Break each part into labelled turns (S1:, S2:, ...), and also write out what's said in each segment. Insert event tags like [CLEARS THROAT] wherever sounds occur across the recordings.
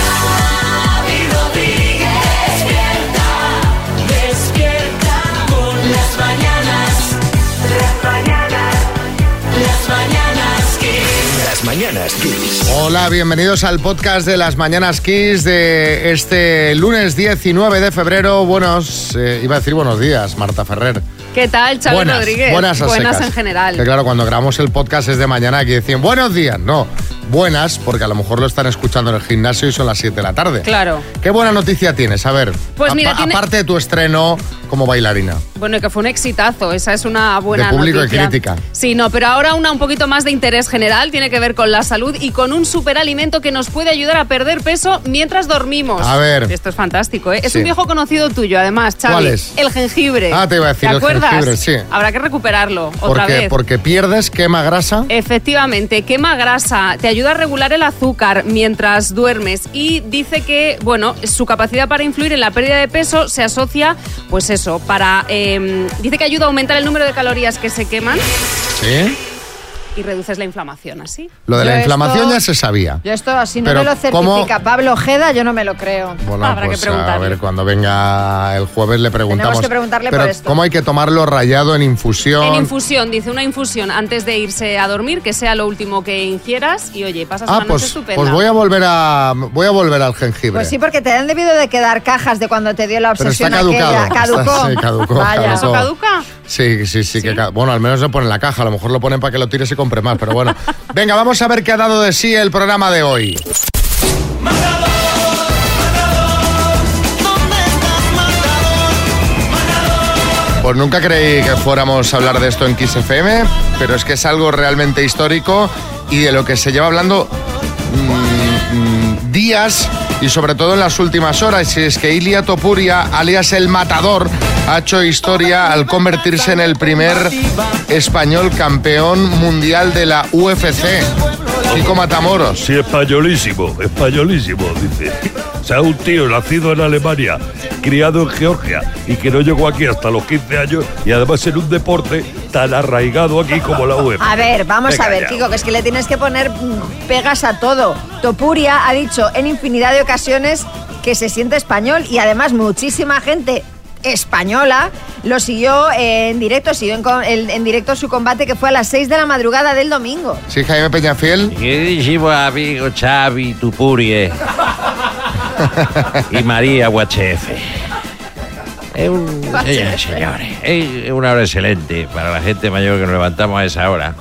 S1: Xavi Rodríguez, despierta, despierta con las mañanas, las mañanas, las mañanas que...
S2: Las mañanas Kiss.
S3: Hola, bienvenidos al podcast de las Mañanas Kiss de este lunes 19 de febrero. Buenos, eh, iba a decir buenos días, Marta Ferrer.
S4: ¿Qué tal, Chávez
S3: buenas,
S4: Rodríguez?
S3: buenas, a secas.
S4: en general.
S3: Que claro, cuando grabamos el podcast es de mañana aquí decían buenos días, no, buenas, porque a lo mejor lo están escuchando en el gimnasio y son las 7 de la tarde.
S4: Claro.
S3: ¿Qué buena noticia tienes? A ver,
S4: Pues
S3: apa-
S4: mira, tiene-
S3: aparte de tu estreno como bailarina.
S4: Bueno, que fue un exitazo, esa es una buena
S3: De público y
S4: noticia.
S3: crítica.
S4: Sí, no, pero ahora una un poquito más de interés general, tiene que ver con la salud y con un superalimento que nos puede ayudar a perder peso mientras dormimos.
S3: A ver.
S4: Esto es fantástico, ¿eh? Es
S3: Sí.
S4: un viejo conocido tuyo, además, Xavi.
S3: ¿Cuál es?
S4: El jengibre.
S3: Ah, te iba a decir el
S4: ¿Te acuerdas?
S3: jengibre, sí.
S4: Habrá que recuperarlo otra
S3: Porque,
S4: vez.
S3: porque pierdes, quema grasa.
S4: Efectivamente, quema grasa, te ayuda a regular el azúcar mientras duermes y dice que, bueno, su capacidad para influir en la pérdida de peso se asocia, pues eso, para... eh, dice que ayuda a aumentar el número de calorías que se queman Eh,
S3: Sí.
S4: y reduces la inflamación, así.
S3: Lo de la
S5: Yo
S3: inflamación
S5: esto-
S3: ya se sabía.
S5: Yo esto, así no
S3: Pero,
S5: me lo certifica
S3: ¿cómo-
S5: Pablo Ojeda, yo no me lo creo.
S3: Bueno,
S4: Habrá que
S3: pues a
S4: preguntarle.
S3: ver, cuando venga el jueves le preguntamos.
S5: que preguntarle
S3: Pero
S5: por esto.
S3: ¿cómo hay que tomarlo rayado en infusión?
S4: En infusión, dice una infusión antes de irse a dormir, que sea lo último que ingieras y oye, pasas
S3: ah,
S4: una noche
S3: pues,
S4: estupenda.
S3: pues voy a volver a voy a volver al jengibre.
S5: Pues sí, porque te han debido de quedar cajas de cuando te dio la
S3: Pero está
S5: obsesión
S3: caducado.
S5: aquella. Caducó.
S3: Está- sí, caducó,
S5: Vaya.
S4: ¿Eso caduca?
S3: Sí, sí, sí, que ca- bueno, al menos lo ponen en la caja, a lo mejor lo ponen para que lo tires y compres más, pero bueno. Venga, vamos a ver qué ha dado de sí el programa de hoy. Pues nunca creí que fuéramos a hablar de esto en Kiss FM, pero es que es algo realmente histórico y de lo que se lleva hablando mm, mm, días y sobre todo en las últimas horas. Y es que Ilia Topuria, alias El Matador, ha hecho historia al convertirse en el primer español campeón mundial de la UFC. Chico Matamoros.
S6: Sí, españolísimo, españolísimo, dice. O sea, un tío nacido en Alemania, criado en Georgia y que no llegó aquí hasta los 15 años y además en un deporte tan arraigado aquí como la UEFA.
S5: A ver, vamos
S6: Venga,
S5: a ver,
S6: ya.
S5: Kiko, que es que le tienes que poner mm, pegas a todo. Topuria ha dicho en infinidad de ocasiones que se siente español y además muchísima gente española lo siguió eh, en directo, siguió en, co- el- en directo su combate que fue a las 6 de la madrugada del domingo.
S3: Sí, Jaime Peñafiel.
S7: ¿Qué decimos amigo Xavi
S3: [LAUGHS]
S7: Tupurie y María Guachefe? Es un- señores, señores, es una hora excelente para la gente mayor que nos levantamos a esa hora.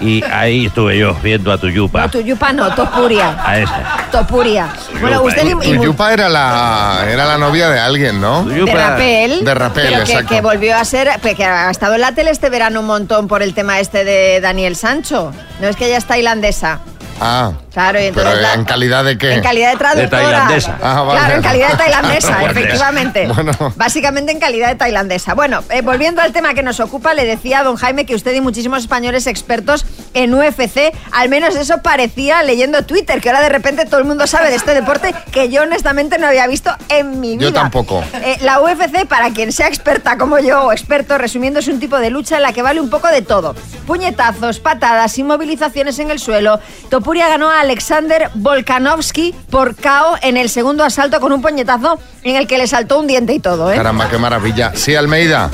S7: Y ahí estuve yo viendo a tu yupa.
S6: Ah.
S5: No, Tuyupa no, Topuria.
S7: A esa.
S5: Topuria. Bueno, usted y- y,
S3: Y Yupa era la, era la novia de alguien, ¿no?
S7: Tu
S5: De
S7: yupa.
S5: Rapel.
S3: De Rapel,
S5: pero que,
S3: exacto.
S5: que volvió a ser, pues, que ha estado en la tele este verano un montón por el tema este de Daniel Sancho. No es que ella es tailandesa.
S3: Ah.
S5: Claro, y entonces
S3: Pero
S5: la-
S3: en calidad de qué?
S5: En calidad de traductora.
S7: De tailandesa.
S3: Ah, vale.
S5: Claro, en [LAUGHS] calidad
S3: [LAUGHS]
S5: de tailandesa,
S3: Bueno.
S5: efectivamente.
S3: Bueno.
S5: pues, Básicamente en calidad de tailandesa. Bueno, eh, volviendo al tema que nos ocupa, le decía a don Jaime que usted y muchísimos españoles expertos en UFC, al menos eso parecía leyendo Twitter, que ahora de repente todo el mundo sabe de este deporte que yo honestamente no había visto en mi vida.
S3: Yo tampoco.
S5: Eh, la UFC, para quien sea experta como yo o experto, resumiendo, es un tipo de lucha en la que vale un poco de todo. Puñetazos, patadas, inmovilizaciones en el suelo. Topuria ganó a Alexander Volkanovski por KO en el segundo asalto con un puñetazo en el que le saltó un diente y todo, ¿eh?
S3: Caramba, qué maravilla. Sí, Almeida.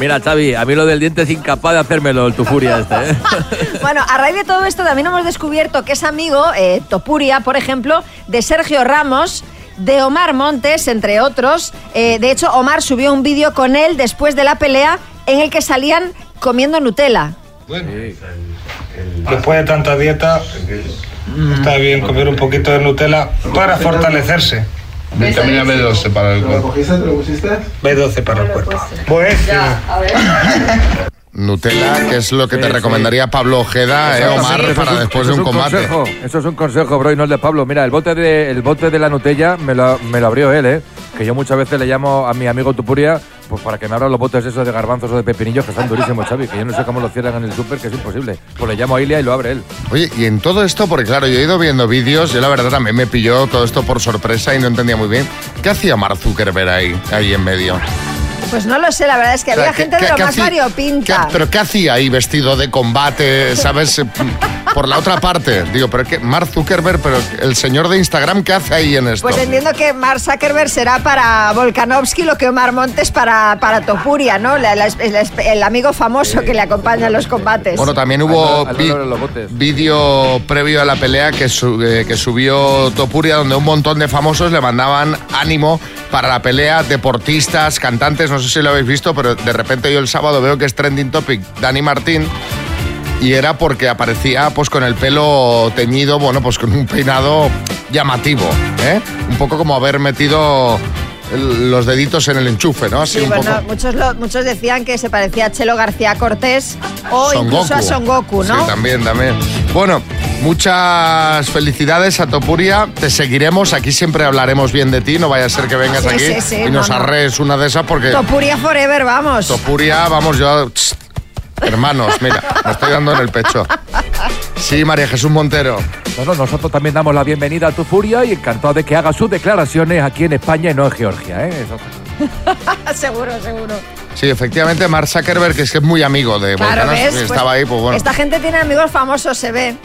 S8: Mira, Xavi, a mí lo del diente es incapaz de hacérmelo el tufuria este, ¿eh?
S5: Bueno, a raíz de todo esto también hemos descubierto que es amigo, eh, Topuria, por ejemplo, de Sergio Ramos, de Omar Montes, entre otros. Eh, de hecho, Omar subió un vídeo con él después de la pelea en el que salían comiendo Nutella.
S9: Después de tanta dieta,
S7: Mm.
S9: está bien comer un poquito de Nutella para fortalecerse. Vitamina B12 para el cuerpo. B12 para el cuerpo. Pues,
S3: Nutella, que es lo que te
S8: Sí, sí.
S3: recomendaría Pablo Ojeda, eh, Omar,
S8: Eso es
S3: para
S8: un-
S3: después
S8: eso
S3: de
S8: es
S3: un combate.
S8: consejo, eso es un consejo, bro, y no el de Pablo. Mira, el bote de, el bote de la Nutella me lo, me lo abrió él, ¿eh? Que yo muchas veces le llamo a mi amigo Tupuria pues para que me abra los botes esos de garbanzos o de pepinillos que están durísimos, Xavi. Que yo no sé cómo los cierran en el súper, que es imposible. Pues le llamo a Ilia y lo abre él.
S3: Oye, y en todo esto, porque claro, yo he ido viendo vídeos, yo la verdad también me pilló todo esto por sorpresa y no entendía muy bien. ¿Qué hacía Mark Zuckerberg ahí, ahí en medio?
S5: Pues no lo sé, la verdad es que
S3: O sea,
S5: había
S3: ¿qué-
S5: gente
S3: qué-
S5: de lo
S3: qué
S5: más
S3: hacía-
S5: variopinta.
S3: qué- pero ¿qué hacía ahí vestido de combate, sabes? Por la otra parte, digo, pero que Mark Zuckerberg, pero el señor de Instagram, ¿qué hace ahí en esto?
S5: Pues entiendo que Mark Zuckerberg será para Volkanovski lo que Omar Montes para, para Topuria, ¿no? La- la- la- el amigo famoso que le acompaña en los combates.
S3: Bueno, también hubo vi- vídeo previo a la pelea que, su- eh, que subió Topuria, donde un montón de famosos le mandaban ánimo para la pelea, deportistas, cantantes, no sé si lo habéis visto, pero de repente yo el sábado veo que es trending topic Dani Martín. Y era porque aparecía pues con el pelo teñido, bueno, pues con un peinado llamativo, ¿eh? Un poco como haber metido el- los deditos en el enchufe, ¿no? Así
S5: Sí,
S3: un
S5: bueno,
S3: poco.
S5: muchos, lo- muchos decían que se parecía a Chelo García Cortés o
S3: Son
S5: incluso a
S3: Goku.
S5: Son Goku, ¿no?
S3: Sí, también, también. Bueno, muchas felicidades a Topuria. Te seguiremos. Aquí siempre hablaremos bien de ti. No vaya a ser que vengas
S5: Sí,
S3: aquí
S5: sí, sí,
S3: y
S5: no,
S3: nos
S5: no.
S3: arrees una de esas porque
S5: Topuria Forever, vamos.
S3: Topuria, vamos, yo. tss, hermanos, mira, me estoy dando en el pecho. Sí, María Jesús Montero.
S8: Bueno, nosotros también damos la bienvenida a tu furia y encantado de que haga sus declaraciones aquí en España y no en Georgia, ¿eh? Eso-
S5: seguro, seguro.
S3: Sí, efectivamente, Mark Zuckerberg, que es que es muy amigo de
S5: Claro,
S3: Volcanos,
S5: ¿ves?
S3: que
S5: Pues
S3: estaba ahí, pues bueno.
S5: Esta gente tiene amigos famosos, se ve.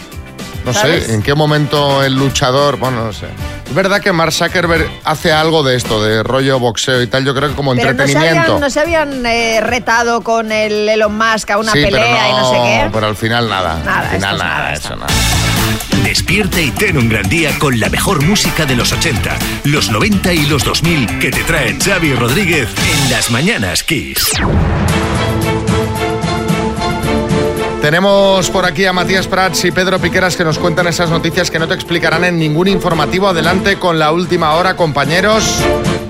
S3: No
S5: ¿sabes?
S3: sé, en qué momento el luchador, bueno, no sé. Es verdad que Mark Zuckerberg hace algo de esto, de rollo boxeo y tal, yo creo que como
S5: Pero no se
S3: entretenimiento.
S5: habían, no se habían, eh, retado con el Elon Musk a una
S3: sí,
S5: pelea
S3: pero
S5: y no sé qué.
S3: Pero al final nada.
S5: Nada,
S3: al final
S5: esto es
S3: nada,
S5: nada,
S3: eso nada.
S2: Despierte y ten un gran día con la mejor música de los 80, los 90 y los 2000 que te traen Xavi Rodríguez en las mañanas Kiss.
S3: Tenemos por aquí a Matías Prats y Pedro Piqueras que nos cuentan esas noticias que no te explicarán en ningún informativo. Adelante con la última hora, compañeros.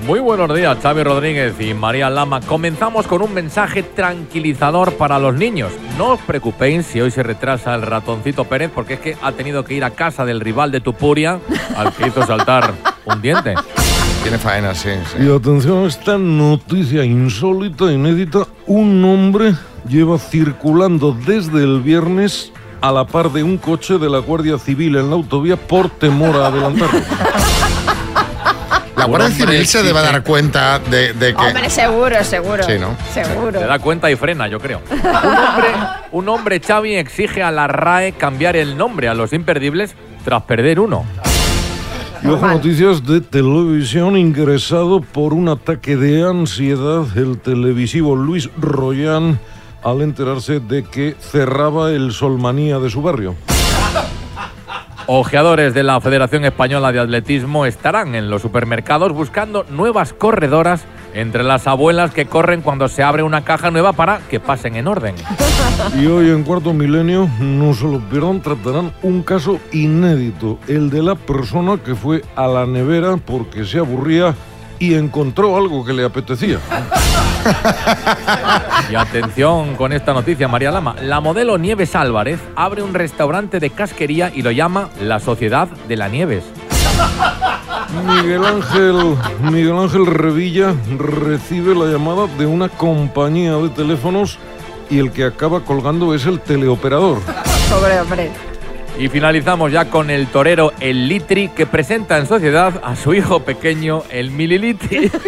S10: Muy buenos días, Xavi Rodríguez y María Lama. Comenzamos con un mensaje tranquilizador para los niños. No os preocupéis si hoy se retrasa el ratoncito Pérez, porque es que ha tenido que ir a casa del rival de Tupuria, al que hizo saltar un diente.
S3: Tiene faena, sí.
S6: Y atención a esta noticia insólita, inédita. Un hombre lleva circulando desde el viernes a la par de un coche de la Guardia Civil en la autovía por temor a adelantarlo.
S3: La Guardia Civil se debe dar cuenta de, de que...
S5: Hombre, seguro, seguro.
S3: Sí, ¿no?
S5: Seguro.
S10: Se da cuenta y frena, yo creo. Un hombre, un hombre, Xavi, exige a la RAE cambiar el nombre a los imperdibles tras perder uno.
S6: Y ojo, noticias de televisión ingresado por un ataque de ansiedad el televisivo Luis Royán al enterarse de que cerraba el Solmanía de su barrio.
S10: Ojeadores de la Federación Española de Atletismo estarán en los supermercados buscando nuevas corredoras entre las abuelas que corren cuando se abre una caja nueva para que pasen en orden.
S6: Y hoy en Cuarto Milenio, no se lo pierdan, tratarán un caso inédito, el de la persona que fue a la nevera porque se aburría y encontró algo que le apetecía.
S10: Y atención con esta noticia, María Lama. La modelo Nieves Álvarez abre un restaurante de casquería y lo llama La Sociedad de la Nieves.
S6: Miguel Ángel, Miguel Ángel Revilla recibe la llamada de una compañía de teléfonos y el que acaba colgando es el teleoperador.
S5: Pobre hombre.
S10: Y finalizamos ya con el torero El Litri, que presenta en sociedad a su hijo pequeño, el Mililitri. [LAUGHS]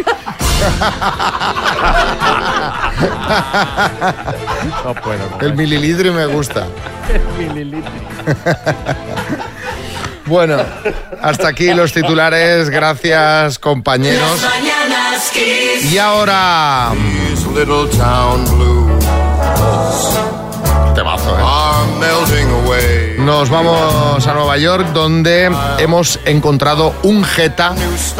S10: No puedo con
S3: El
S10: esto.
S3: mililitri me gusta. [LAUGHS] Bueno, hasta aquí los titulares. Gracias, compañeros.
S1: Mañanas Kiss.
S3: Y ahora. Temazo, ¿eh? Nos vamos a Nueva York, donde hemos encontrado un Jeta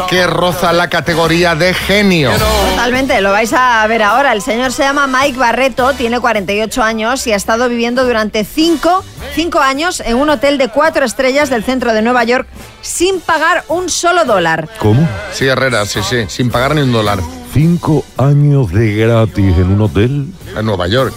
S3: que roza la categoría de genio.
S5: Totalmente, lo vais a ver ahora. El señor se llama Mike Barreto, tiene 48 años y ha estado viviendo durante 5 años en un hotel de 4 estrellas del centro de Nueva York sin pagar un solo dólar.
S6: ¿Cómo?
S3: Sí, Herrera, sí, sí, sin pagar ni un dólar.
S6: Cinco años de gratis en un hotel.
S3: En Nueva York.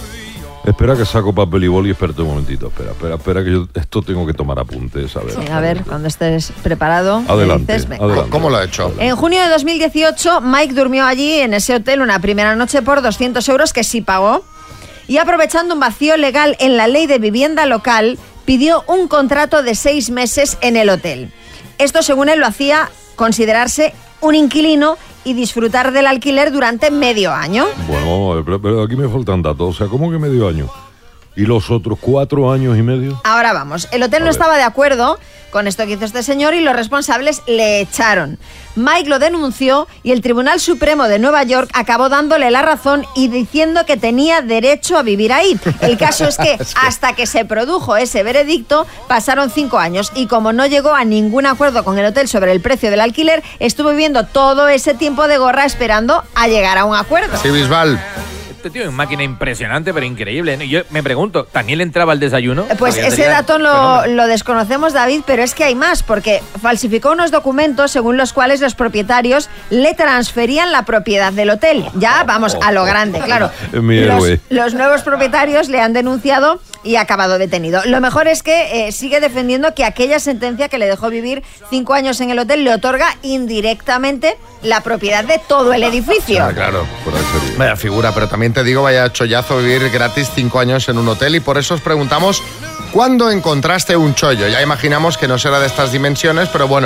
S6: Espera que saco papel y boli, espérate un momentito, espera, espera, espera que yo esto tengo que tomar apuntes, a ver.
S5: Venga, a ver, cuando estés preparado. me
S6: Adelante,
S5: dices, venga.
S6: adelante.
S3: ¿Cómo lo ha hecho?
S5: En junio de 2018, Mike durmió allí en ese hotel una primera noche por 200 euros que sí pagó. Y aprovechando un vacío legal en la ley de vivienda local, pidió un contrato de seis meses en el hotel. Esto, según él, lo hacía considerarse un inquilino y disfrutar del alquiler durante medio año.
S6: Bueno, vamos a ver, pero, pero aquí me faltan datos. O sea, ¿cómo que medio año? ¿Y los otros cuatro años y medio?
S5: Ahora vamos. El hotel no estaba de acuerdo con esto que hizo este señor y los responsables le echaron. Mike lo denunció y el Tribunal Supremo de Nueva York acabó dándole la razón y diciendo que tenía derecho a vivir ahí. El caso [LAUGHS] es que hasta que se produjo ese veredicto pasaron cinco años y como no llegó a ningún acuerdo con el hotel sobre el precio del alquiler, estuvo viviendo todo ese tiempo de gorra esperando a llegar a un acuerdo.
S3: Sí, Bisbal.
S10: Este tío es una máquina impresionante, pero increíble. ¿no? Yo me pregunto, ¿también le entraba el desayuno?
S5: Pues
S10: Porque
S5: ese
S10: tenía-
S5: dato lo, lo desconocemos, David, pero es que hay más, porque falsificó unos documentos según los cuales los propietarios le transferían la propiedad del hotel. Ya vamos a lo grande, claro.
S6: Es mi héroe.
S5: Los nuevos propietarios le han denunciado y ha acabado detenido. Lo mejor es que eh, sigue defendiendo que aquella sentencia que le dejó vivir cinco años en el hotel le otorga indirectamente la propiedad de todo el edificio.
S3: Ah, claro. Vaya figura, pero también te digo, vaya chollazo vivir gratis cinco años en un hotel y por eso os preguntamos cuándo encontraste un chollo. Ya imaginamos que no será de estas dimensiones, pero bueno,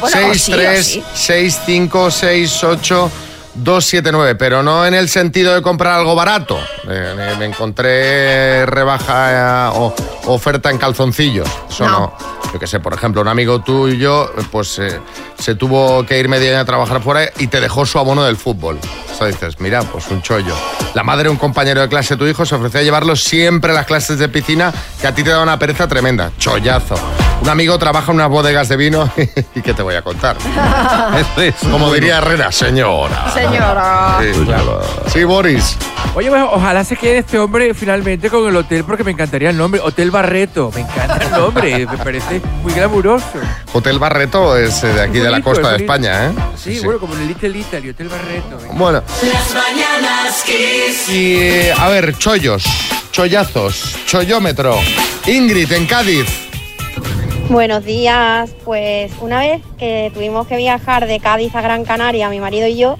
S5: Bueno, o
S3: 6,
S5: sí, o
S3: 3,
S5: sí.
S3: 6, 5, 6, 8... 279, pero no en el sentido de comprar algo barato. Eh, me- me encontré rebaja eh, o oferta en calzoncillos. Eso no. Yo qué sé, por ejemplo, un amigo tuyo pues eh, se tuvo que ir medio año a trabajar fuera y te dejó su abono del fútbol. O sea, dices, mira, pues un chollo. La madre de un compañero de clase de tu hijo se ofrecía a llevarlo siempre a las clases de piscina que a ti te da una pereza tremenda. Chollazo. Un amigo trabaja en unas bodegas de vino [LAUGHS] y ¿qué te voy a contar? Esto [LAUGHS] es Como diría Herrera, señora.
S5: Señora.
S10: Ah,
S3: Sí, claro. Sí, Boris.
S10: Oye, pues, ojalá se quede este hombre finalmente con el hotel, porque me encantaría el nombre. Hotel Barreto, me encanta el nombre, me parece muy glamuroso.
S3: Hotel Barreto es eh, de aquí, de la
S10: Bonito,
S3: [LAUGHS] costa de
S10: bonito.
S3: España, ¿eh?
S10: Sí, bueno, como en el Little Italy, Hotel Barreto. ¿eh? me
S3: Bueno,
S1: Las mañanas Kiss.
S3: y eh, a ver, chollos, chollazos, chollómetro. Ingrid, en Cádiz.
S11: Buenos días, pues una vez que tuvimos que viajar de Cádiz a Gran Canaria, mi marido y yo,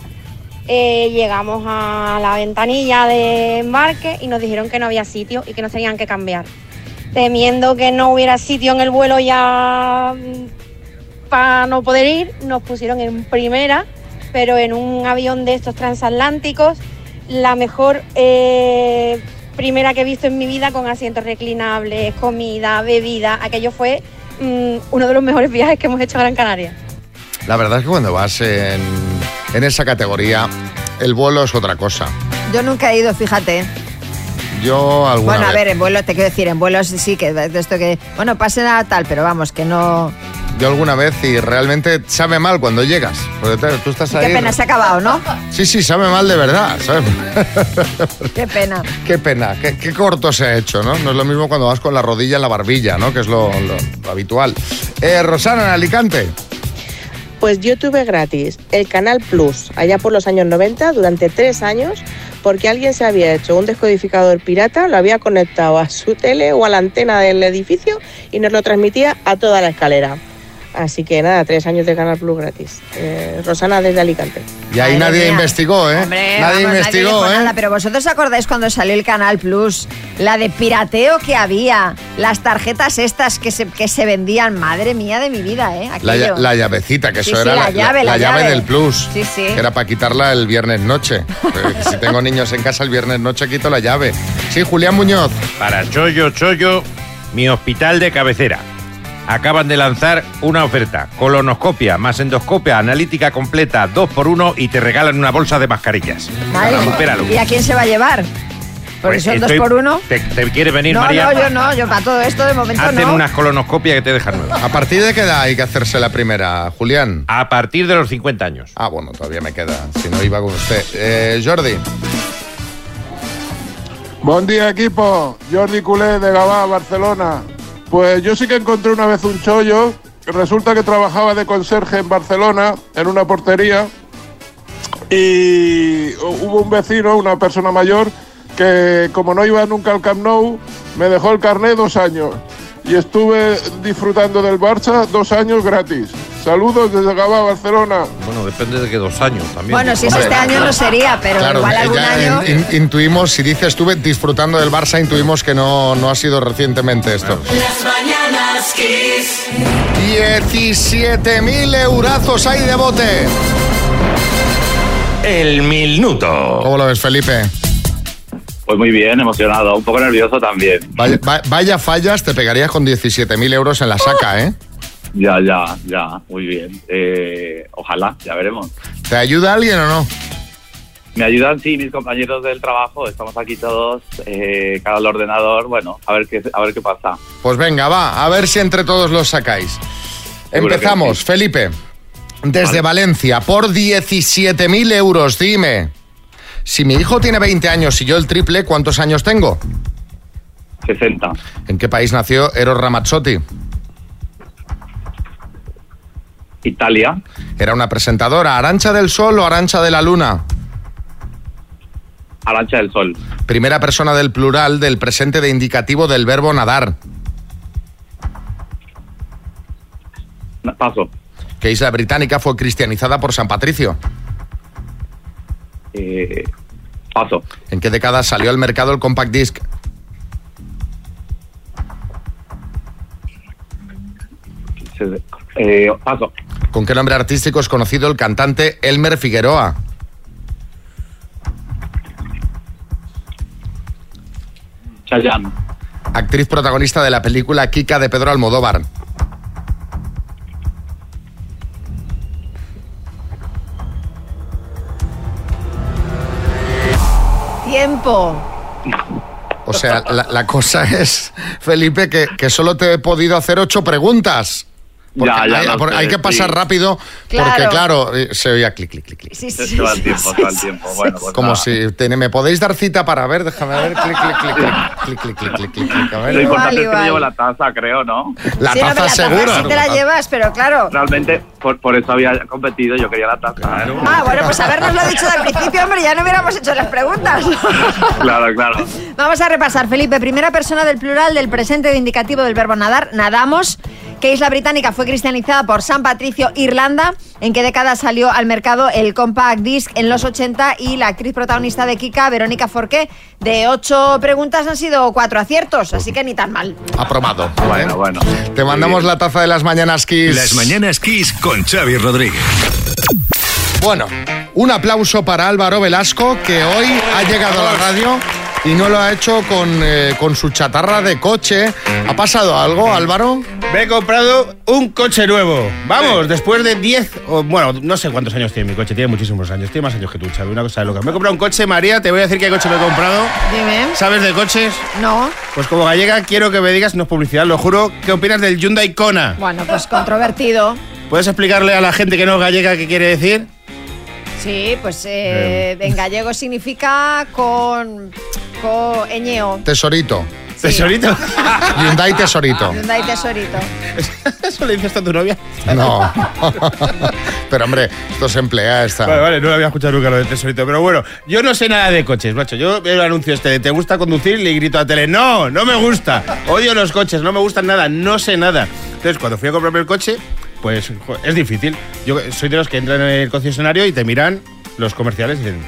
S11: eh, llegamos a la ventanilla de embarque y nos dijeron que no había sitio y que nos tenían que cambiar. Temiendo que no hubiera sitio en el vuelo ya para no poder ir, nos pusieron en primera, pero en un avión de estos transatlánticos, la mejor eh, primera que he visto en mi vida con asientos reclinables, comida, bebida, aquello fue mm, uno de los mejores viajes que hemos hecho a Gran Canaria.
S3: La verdad es que cuando vas en, en esa categoría, el vuelo es otra cosa.
S5: Yo nunca he ido, fíjate.
S3: Yo alguna
S5: Bueno, a
S3: vez-
S5: ver, en vuelo, te quiero decir, en vuelos sí que de esto que. Bueno, pase nada tal, pero vamos, que no.
S3: Yo alguna vez y realmente sabe mal cuando llegas. Porque claro, tú estás
S5: Qué
S3: ahí.
S5: pena, se ha acabado, ¿no?
S3: Sí, sí, sabe mal de verdad. ¿sabes?
S5: Qué [LAUGHS] pena.
S3: qué pena, qué, qué corto se ha hecho, ¿no? No es lo mismo cuando vas con la rodilla en la barbilla, ¿no? Que es lo, lo- lo habitual. Eh, Rosana, en Alicante.
S12: Pues yo tuve gratis el Canal Plus allá por los años 90 durante tres años porque alguien se había hecho un descodificador pirata, lo había conectado a su tele o a la antena del edificio y nos lo transmitía a toda la escalera. Así que nada, tres años de Canal Plus gratis. Eh, Rosana desde Alicante.
S3: Y ahí
S5: Madre
S3: nadie
S5: mía.
S3: investigó, ¿eh?
S5: Hombre,
S3: nadie
S5: vamos,
S3: investigó,
S5: dijo
S3: ¿eh?
S5: nada, pero vosotros acordáis cuando salió el Canal Plus, la de pirateo que había, las tarjetas estas que se, que se vendían, madre mía de mi vida, ¿eh?
S3: La,
S5: Aquello.
S3: lla- la llavecita, que
S5: Sí,
S3: eso
S5: sí,
S3: era
S5: la llave, la
S3: llave,
S5: llave.
S3: del plus.
S5: Sí, sí.
S3: Que era para quitarla el viernes
S5: [LAUGHS]
S3: noche. Porque si tengo niños en casa el viernes noche quito la llave. Sí, Julián Muñoz.
S7: Para Chollo Chollo, mi hospital de cabecera. Acaban de lanzar una oferta. Colonoscopia, más endoscopia, analítica completa, dos por uno y te regalan una bolsa de mascarillas.
S5: Madre mía.
S7: Supéralo.
S5: ¿Y a quién se va a llevar? Porque
S7: Pues
S5: son
S7: estoy-
S5: dos por uno.
S7: ¿Te, te quiere venir,
S5: No,
S7: María?
S5: no, yo no, yo para todo esto de momento
S7: Hacen
S5: no.
S7: unas colonoscopias que te dejan nueva.
S3: ¿A partir de qué edad hay que hacerse la primera, Julián?
S7: A partir de los 50 años.
S3: Ah, bueno, todavía me queda. Si no iba con usted. Eh, Jordi.
S13: Buen día equipo, Jordi Culé de Gabá, Barcelona. Pues yo sí que encontré una vez un chollo, resulta que trabajaba de conserje en Barcelona, en una portería, y hubo un vecino, una persona mayor, que como no iba nunca al Camp Nou, me dejó el carnet dos años. Y estuve disfrutando del Barça dos años gratis. Saludos desde Gabá, Barcelona.
S7: Bueno, depende de que dos años también.
S5: Bueno, si es
S3: Hombre,
S5: este año no sería, pero igual
S3: eh,
S5: algún
S3: ya
S5: año.
S3: in- in- intuimos, si dices estuve disfrutando del Barça, intuimos que no, no ha sido recientemente esto.
S1: Las mañanas Kiss.
S3: 17.000 eurazos hay de bote.
S14: El minuto.
S3: ¿Cómo lo ves, Felipe?
S14: Pues muy bien, emocionado, un poco nervioso también.
S3: Vaya, va- vaya fallas, te pegarías con 17.000 euros en la saca, ¿eh?
S14: Ya, ya, ya, muy bien. Eh, ojalá, ya veremos.
S3: ¿Te ayuda alguien o no?
S14: Me ayudan, sí, mis compañeros del trabajo, estamos aquí todos, eh, cada al ordenador, bueno, a ver qué, a ver qué pasa.
S3: Pues venga, va, a ver si entre todos los sacáis.
S14: Seguro
S3: Empezamos,
S14: que sí.
S3: Felipe. Desde Valencia, por 17.000 euros, dime. Si mi hijo tiene 20 años y yo el triple, ¿cuántos años tengo?
S14: 60.
S3: ¿En qué país nació Eros Ramazzotti?
S14: Italia,
S3: ¿Era una presentadora, Arancha del Sol o Arancha de la Luna?
S14: Arancha del Sol,
S3: Primera persona del plural del presente de indicativo del verbo nadar.
S14: No, paso.
S3: ¿Qué isla británica fue cristianizada por San Patricio?
S14: eh, paso.
S3: ¿En qué década salió al mercado el compact disc?
S14: Se- eh, paso.
S3: ¿Con qué nombre artístico es conocido el cantante Elmer Figueroa?
S14: Chayanne,
S3: Actriz protagonista de la película Kika de Pedro Almodóvar.
S5: Tiempo.
S3: O sea, la, la cosa [LAUGHS] es, Felipe, que, que solo te he podido hacer ocho preguntas. Porque
S14: Ya, ya
S3: hay,
S14: lo
S3: por-
S14: sé,
S3: hay que pasar
S14: sí.
S3: rápido, porque
S5: Claro.
S3: claro, eh, se oía clic, clic, clic, clic.
S5: Sí,
S14: Se- se va el tiempo, se va el tiempo. Bueno, pues
S3: Como
S14: nada.
S3: si te- me podéis dar cita para ver, déjame ver, clic, clic, clic, clic, clic, clic, clic, clic, clic, clic, a ver.
S14: Lo importante
S5: Vale,
S14: es que me
S5: vale.
S14: llevo la taza, creo, ¿no?
S3: La
S5: Sí, no,
S3: taza
S5: pero
S3: seguro.
S5: sí te la llevas, pero claro.
S14: Realmente, por, por eso había competido, yo quería la taza. Claro,
S5: Ah, bueno,
S14: [LAUGHS]
S5: pues habernoslo dicho del principio, hombre, ya no hubiéramos hecho las [LAUGHS] preguntas.
S14: claro. claro.
S5: Vamos a repasar, Felipe. Primera persona del plural del presente de indicativo del verbo nadar, nadamos. ¿Qué isla británica fue cristianizada por San Patricio, Irlanda? ¿En qué década salió al mercado el compact disc en los 80? Y la actriz protagonista de Kika, Verónica Forqué, de ocho preguntas han sido cuatro aciertos, así que ni tan mal.
S3: Aprobado.
S14: Bueno, bueno.
S3: Te mandamos la taza de las mañanas Kiss.
S2: Las mañanas Kiss con Xavi Rodríguez.
S3: Bueno, un aplauso para Álvaro Velasco, que hoy ha llegado a la radio y no lo ha hecho con, eh, con su chatarra de coche. ¿Ha pasado algo, Álvaro?
S15: Me he comprado un coche nuevo. Vamos, después de 10, o, bueno, no sé cuántos años tiene mi coche, tiene muchísimos años, tiene más años que tú, Xavi, una cosa de loca. Me he comprado un coche, María, te voy a decir qué coche me he comprado.
S5: Dime.
S15: ¿Sabes de coches?
S5: No.
S15: Pues como gallega quiero que me digas, no es publicidad, lo juro, ¿qué opinas del Hyundai Kona?
S5: Bueno, pues controvertido.
S15: ¿Puedes explicarle a la gente que no es gallega qué quiere decir?
S5: Sí, pues eh, en gallego significa con, con ñeo.
S3: Tesorito.
S15: ¿Tesorito?
S3: [LAUGHS]
S15: Ah,
S3: Hyundai Tesorito.
S5: Hyundai tesorito.
S15: [LAUGHS] ¿Eso le dices a tu novia?
S3: No. [LAUGHS] Pero hombre, esto se emplea esta.
S15: Vale, vale, no lo había escuchado nunca lo de tesorito. Pero bueno, yo no sé nada de coches, macho. Yo veo el anuncio este de ¿te gusta conducir? Le grito a tele, no, no me gusta. Odio los coches, no me gustan nada, no sé nada. Entonces, cuando fui a comprarme el coche, pues jo, es difícil. Yo soy de los que entran en el concesionario y te miran los comerciales y dicen,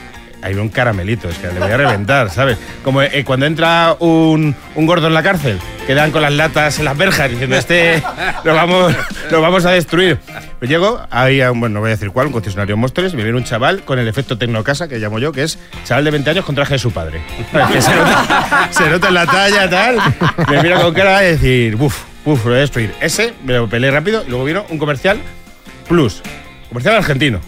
S15: ahí veo un caramelito, es que le voy a reventar, [LAUGHS] ¿sabes? Como eh, cuando entra un, un gordo en la cárcel, que dan con las latas en las verjas diciendo, este lo vamos, lo vamos a destruir. Pero llego ahí a un, bueno, no voy a decir cuál, un concesionario Móstoles, y me viene un chaval con el efecto tecnocasa, que llamo yo, que es chaval de 20 años con traje de su padre. [LAUGHS] Que se, nota, se nota en la talla, tal. Me mira con cara de decir, uff, uff, lo voy a destruir. Ese me lo peleé rápido y luego vino un comercial Plus, comercial argentino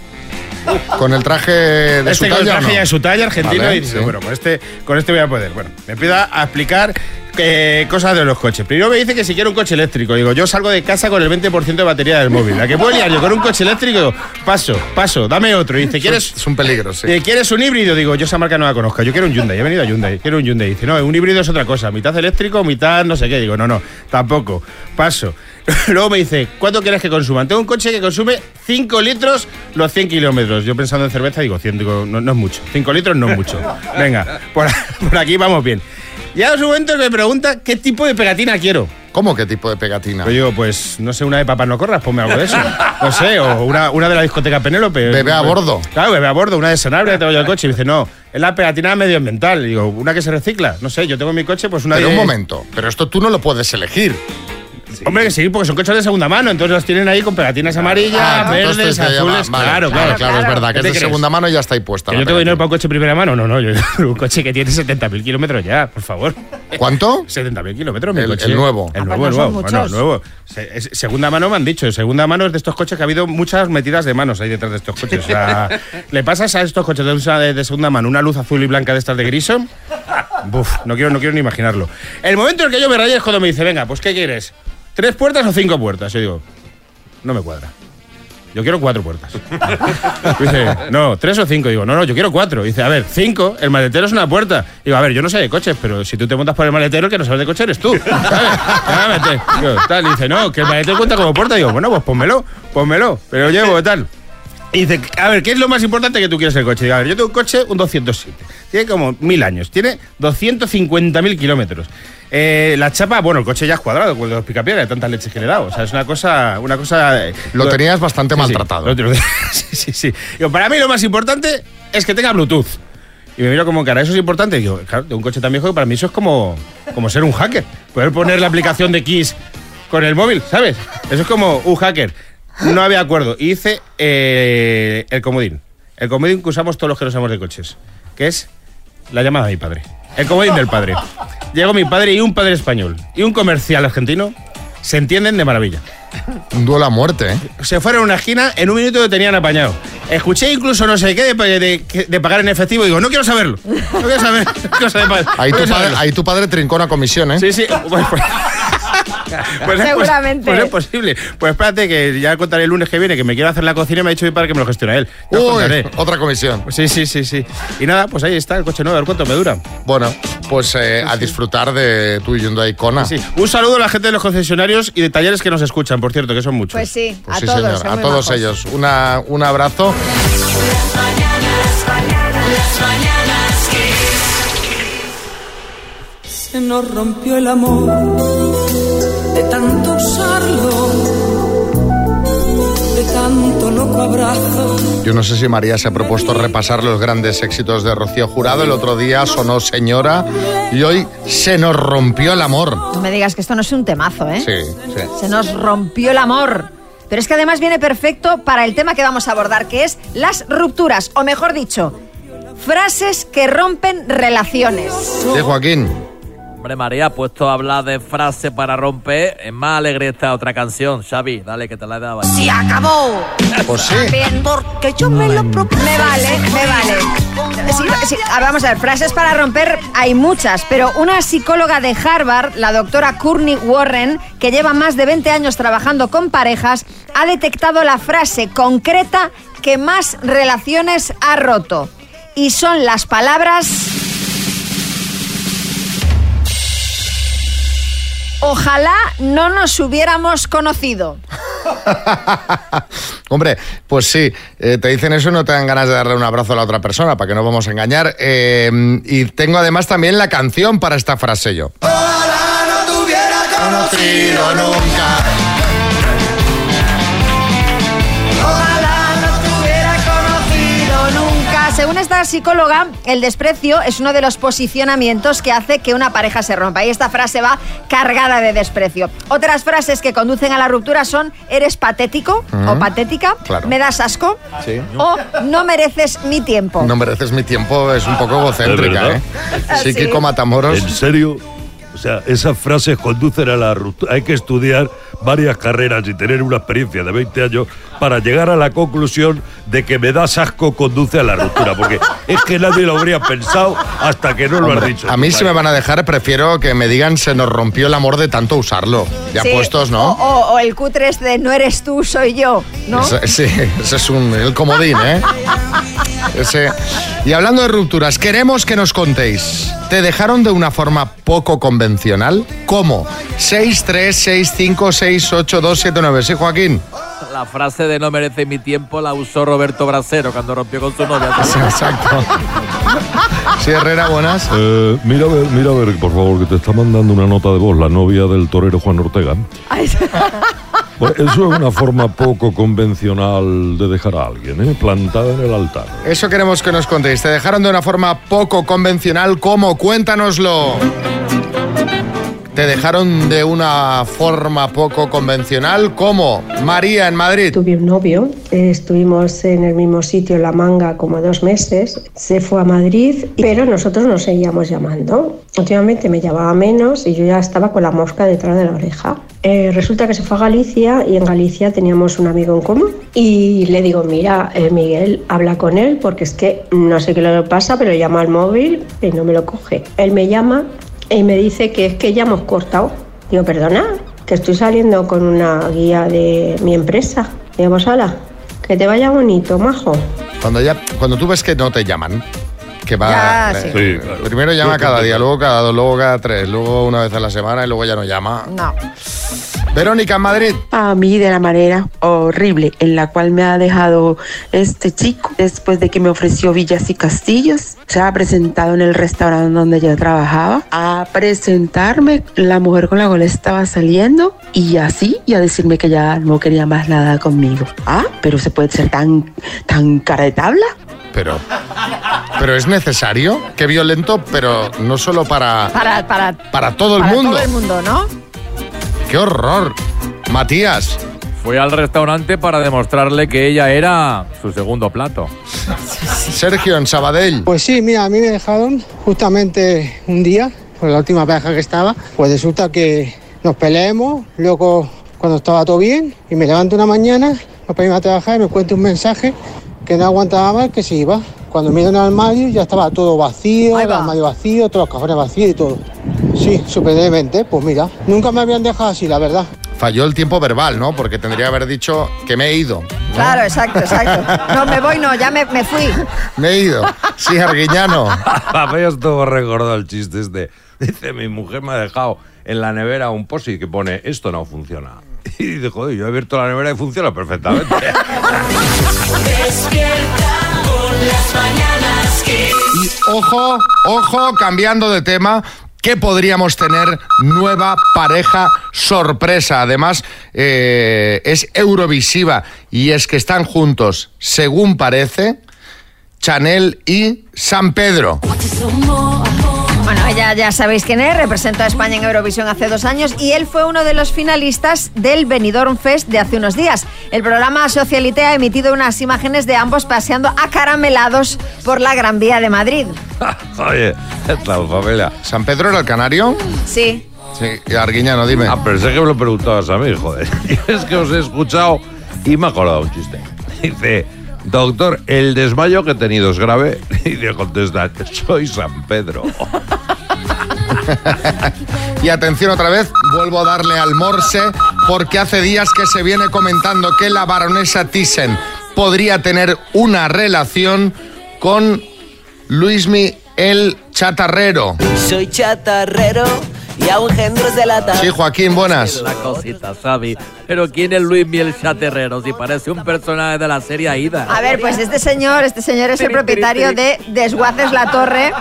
S3: Con el traje de
S15: este
S3: su
S15: con el
S3: talla. ¿o
S15: traje
S3: no?
S15: ya de su talla argentino
S3: Vale,
S15: y dice,
S3: sí.
S15: bueno, con este, con este voy a poder. Bueno, me empieza a explicar eh, cosas de los coches. Primero me dice que si quiero un coche eléctrico. Digo, yo salgo de casa con el 20% de batería del móvil. ¿A qué puedo liar yo con un coche eléctrico? Digo, Paso, paso, dame otro. Y dice, ¿quieres...?
S3: Es un peligro, sí.
S15: Eh, ¿Quieres un híbrido? Digo, yo esa marca no la conozco. Yo quiero un Hyundai. He venido a Hyundai. Quiero un Hyundai. Dice, no, un híbrido es otra cosa. Mitad eléctrico, mitad no sé qué. Digo, no, no, tampoco. Paso. [LAUGHS] Luego me dice, ¿cuánto quieres que consuman? Tengo un coche que consume 5 litros los 100 kilómetros. Yo pensando en cerveza digo, 100, digo, no, no es mucho. 5 litros no es mucho. Venga, por, [LAUGHS] por aquí vamos bien. Ya en su momento me pregunta qué tipo de pegatina quiero.
S3: ¿Cómo qué tipo de pegatina?
S15: Yo digo, pues no sé, una de Papá No Corras, ponme algo de eso. No sé, o una, una de la discoteca Penélope.
S3: Bebé a bordo.
S15: Claro, bebé a bordo, una de Sanabria, tengo yo el coche. Y me dice, no, es la pegatina medioambiental. Y digo, una que se recicla. No sé, yo tengo en mi coche, pues una
S3: Pero
S15: de.
S3: un momento, pero esto tú no lo puedes elegir.
S15: Hombre, sí, porque son coches de segunda mano, entonces los tienen ahí con pegatinas amarillas,
S3: Ah,
S15: verdes,
S3: entonces te llama-
S15: azules.
S3: vale,
S15: claro,
S3: claro,
S15: claro,
S3: claro, es verdad, que
S15: ¿Qué
S3: es
S15: te
S3: de
S15: crees?
S3: segunda mano y ya está ahí puesta.
S15: ¿Que
S3: la
S15: yo tengo dinero para un coche de primera mano? No, no, yo [LAUGHS] un coche que tiene 70.000 kilómetros ya, por favor. [LAUGHS]
S3: ¿Cuánto?
S15: 70.000 kilómetros, mi
S3: El-
S15: coche.
S3: el nuevo. Ah,
S15: El nuevo,
S3: pues
S15: el
S3: no
S15: nuevo.
S3: son muchos.
S15: Bueno, el nuevo. Se- es- segunda mano me han dicho. Segunda mano es de estos coches que ha habido muchas metidas de manos ahí detrás de estos coches. O sea, le pasas a estos coches de, usa- de- de segunda mano una luz azul y blanca de estas de Grison. Buf, no quiero, no quiero ni imaginarlo. El momento en el que yo me rayé es cuando me dice, venga, pues ¿qué quieres? ¿Tres puertas o cinco puertas? Yo digo, no me cuadra. Yo quiero cuatro puertas. Dice, no, tres o cinco. Digo, no, no, yo quiero cuatro. Dice, a ver, cinco, el maletero es una puerta. Digo, a ver, yo no sé de coches, pero si tú te montas por el maletero, el que no sabes de coche eres tú. ¿sabes? Claramente. Digo, tal. Dice, no, que el maletero cuenta como puerta. Digo, bueno, pues pónmelo, pónmelo, pero llevo tal. Y dice, a ver, ¿qué es lo más importante que tú quieres el coche? Digo, a ver, yo tengo un coche, un 207. Tiene como mil años, tiene 250.000 kilómetros. Eh, la chapa, bueno, el coche ya es cuadrado, con los picapiedras, de tantas leches que le he dado. O sea, es una cosa. Una cosa eh,
S3: Lo tenías bastante
S15: Sí, sí,
S3: maltratado.
S15: lo [LAUGHS] tenía- Sí, sí, sí. Digo, para mí lo más importante es que tenga Bluetooth. Y me miro como cara, eso es importante. Y digo, claro, de un coche tan viejo que para mí eso es como, como ser un hacker. Poder poner la aplicación de Kiss con el móvil, ¿sabes? Eso es como un hacker. No había acuerdo. Y hice eh, el comodín. El comodín que usamos todos los que no sabemos de coches. Que es la llamada de mi padre. El comodín del padre. Llegó mi padre y un padre español y un comercial argentino. Se entienden de maravilla.
S3: Un duelo a muerte, ¿eh?
S15: Se fueron a una esquina, en un minuto lo tenían apañado. Escuché incluso no sé qué de, de- de pagar en efectivo. Digo, no quiero saberlo. No quiero saber. [LAUGHS] cosa de pagar.
S3: Ahí
S15: No quiero
S3: tu, padre,
S15: saberlo.
S3: ahí tu padre trincó una comisión, ¿eh?
S15: Sí, sí. Bueno, pues- Pues es pos-
S3: Seguramente.
S15: pues es posible. Pues espérate, que ya contaré el lunes que viene, que me quiero hacer la cocina y me ha dicho mi padre que me lo gestiona él. Ya os
S3: Uy,
S15: contaré.
S3: otra comisión.
S15: Sí, sí, sí, sí. Y nada, pues ahí está el coche nuevo, a ver cuánto me dura.
S3: Bueno, pues eh, a disfrutar de tu Hyundai Icona.
S15: Sí. Un saludo a la gente de los concesionarios y de talleres que nos escuchan, por cierto, que son muchos.
S5: Pues sí,
S3: Pues
S5: a
S3: sí,
S5: todos.
S3: señor,
S5: son
S3: a
S5: muy
S3: todos
S5: majos.
S3: ellos. Una, un abrazo.
S1: Las mañanas Kiss. Se nos rompió el amor de tanto usarlo, de tanto loco abrazo.
S3: Yo no sé si María se ha propuesto repasar los grandes éxitos de Rocío Jurado. El otro día sonó Señora y hoy se nos rompió el amor.
S5: No me digas que esto no es un temazo, ¿eh?
S3: Sí, sí.
S5: Se nos rompió el amor. Pero es que además viene perfecto para el tema que vamos a abordar, que es las rupturas, o mejor dicho, frases que rompen relaciones.
S3: Sí, Joaquín.
S10: Hombre, María, puesto a hablar de frase para romper, es más alegre esta otra canción. Xavi, dale, que te la he dado. ahí.
S5: Se acabó.
S3: Pues sí.
S5: Bien, porque yo me lo propuse. Me vale, me vale. Sí, sí, ah, vamos a ver, frases para romper hay muchas, pero una psicóloga de Harvard, la doctora Courtney Warren, que lleva más de 20 años trabajando con parejas, ha detectado la frase concreta que más relaciones ha roto. Y son las palabras... Ojalá no nos hubiéramos conocido.
S3: Hombre, pues sí, eh, te dicen eso y no te dan ganas de darle un abrazo a la otra persona, para que no vamos a engañar. Eh, y tengo además también la canción para esta frase yo.
S1: Ojalá no te hubiera conocido nunca.
S5: Ojalá no te hubiera conocido nunca. Según esta psicóloga, el desprecio es uno de los posicionamientos que hace que una pareja se rompa. Y esta frase va cargada de desprecio. Otras frases que conducen a la ruptura son eres patético
S3: Mm.
S5: o patética,
S3: Claro.
S5: me das asco
S3: Sí.
S5: o no mereces mi tiempo.
S3: No mereces mi tiempo, es un poco egocéntrica, ¿eh? Sí,
S5: Sí.
S3: Kiko Matamoros.
S6: ¿En serio? O sea, esas frases conducen a la ruptura. Hay que estudiar varias carreras y tener una experiencia de 20 años para llegar a la conclusión de que me das asco conduce a la ruptura. Porque es que nadie lo habría pensado hasta que no lo has
S3: Hombre,
S6: dicho.
S3: a mí si me van a dejar, prefiero que me digan se nos rompió el amor de tanto usarlo. Ya
S5: Sí,
S3: puestos, ¿no?
S5: O, o- o el cutre es de no eres tú, soy yo, oh, ¿no?
S3: Ese- sí, ese es un, el comodín, ¿eh? Ese- Y hablando de rupturas, queremos que nos contéis. ¿Te dejaron de una forma poco convencional? ¿Cómo? 636568279. Sí, Joaquín.
S10: La frase de no merece mi tiempo la usó Roberto Brasero cuando rompió con su
S3: [LAUGHS]
S10: novia.
S3: Exacto. [LAUGHS] Sí, Herrera, buenas.
S6: Eh, mira, a ver, mira, a ver, por favor, que te está mandando una nota de voz la novia del torero Juan Ortega. [LAUGHS] Bueno, eso es una forma poco convencional de dejar a alguien, ¿eh? plantada en el altar.
S3: Eso queremos que nos contéis. ¿Te dejaron de una forma poco convencional? ¿Cómo? Cuéntanoslo. te dejaron de una forma poco convencional, como María en Madrid.
S16: Tuve un novio, eh, estuvimos en el mismo sitio, en La Manga, como dos meses. Se fue a Madrid, pero nosotros nos seguíamos llamando. Últimamente me llamaba menos y yo ya estaba con la mosca detrás de la oreja. Eh, resulta que se fue a Galicia y en Galicia teníamos un amigo en común. Y le digo, mira, eh, Miguel, habla con él porque es que no sé qué le pasa, pero llama al móvil y no me lo coge. Él me llama y me dice que es que ya hemos cortado. Digo, perdona, que estoy saliendo con una guía de mi empresa. Digo, pues ala, que te vaya bonito, majo.
S3: Cuando, ya, cuando tú ves que no te llaman, que va...
S16: Ya, sí.
S3: eh, Primero llama cada día, luego cada dos, luego cada tres, luego una vez a la semana y luego ya no llama.
S5: No.
S3: Verónica en Madrid.
S17: A mí de la manera horrible en la cual me ha dejado este chico después de que me ofreció villas y castillos. Se ha presentado en el restaurante donde yo trabajaba a presentarme la mujer con la cual estaba saliendo y así y a decirme que ya no quería más nada conmigo. Ah, pero se puede ser tan, tan cara de tabla.
S3: Pero, pero es necesario, qué violento, pero no solo para,
S5: [LAUGHS] Para, para,
S3: para todo el
S5: para
S3: mundo.
S5: todo el mundo, ¿no?
S3: ¡Qué horror! Matías.
S10: Fue al restaurante para demostrarle que ella era su segundo plato.
S3: Sergio en Sabadell.
S18: Pues sí, mira, a mí me dejaron justamente un día, por la última pareja que estaba, pues resulta que nos peleemos, luego cuando estaba todo bien, y me levanto una mañana, nos pedimos a trabajar y me cuenta un mensaje que no aguantaba más, que se iba. Cuando miro en el armario ya estaba todo vacío, el armario vacío, todos los cajones vacíos y todo. Sí, sorprendentemente, pues mira, nunca me habían dejado así, la verdad.
S3: Falló el tiempo verbal, ¿no? Porque tendría que haber dicho que me he ido.
S5: Claro, exacto, exacto. No, me voy, no, ya me, me fui.
S3: Me he ido.
S7: [LAUGHS]
S3: Sí, Arguiñano.
S7: Papá estuvo recordado el chiste este. Dice, mi mujer me ha dejado en la nevera un posi que pone, esto no funciona. Y dice, joder, yo he abierto la nevera y funciona perfectamente. [LAUGHS]
S1: Despierta con las mañanas
S3: Y ojo, ojo, cambiando de tema, que podríamos tener nueva pareja sorpresa. Además, eh, es eurovisiva y es que están juntos, según parece, Chanel y San Pedro.
S5: Bueno, ella ya sabéis quién es, representó a España en Eurovisión hace dos años y él fue uno de los finalistas del Benidorm Fest de hace unos días. El programa Socialite ha emitido unas imágenes de ambos paseando acaramelados por la Gran Vía de Madrid.
S7: Oye, esta familia.
S3: ¿San Pedro era el canario?
S5: Sí.
S3: Sí, Arguiñano, dime.
S7: Ah, pensé que me lo preguntabas a mí, joder. [LAUGHS] Es que os he escuchado y me ha acordado un chiste. Dice, doctor, el desmayo que he tenido es grave. [LAUGHS] Y le contesta, soy San Pedro.
S3: Y atención otra vez, vuelvo a darle al morse porque hace días que se viene comentando que la baronesa Thyssen podría tener una relación con Luismi el chatarrero.
S1: Soy chatarrero y aún engendros de la
S3: Sí, Joaquín, buenas.
S10: La cosita, Xavi. Pero ¿quién es Luis Miel Chaterrero? Si parece un personaje de la serie Aida.
S5: A ver, pues este señor, este señor es el propietario de Desguaces La Torre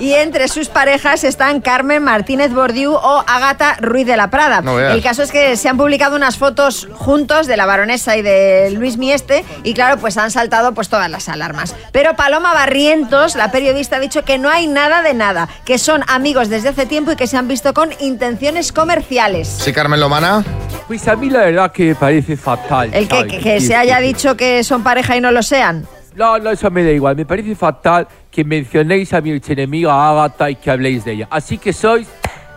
S5: y entre sus parejas están Carmen Martínez Bordiú o Ágata Ruiz de la Prada.
S19: No veas.
S5: el caso es que se han publicado unas fotos juntos de la baronesa y de Luis Mieste y claro, pues han saltado pues todas las alarmas. Pero Paloma Barrientos, la periodista, ha dicho que no hay nada de nada, que son amigos desde hace tiempo y que se han visto con intenciones comerciales.
S3: Sí, Carmen Lomana.
S10: Pues a mí la verdad que parece fatal.
S5: El que,
S10: ¿sabes?
S5: que- que se haya dicho que son pareja y no lo sean.
S10: No, no, eso me da igual. Me parece fatal que mencionéis a mi enemiga Agatha y que habléis de ella. Así que sois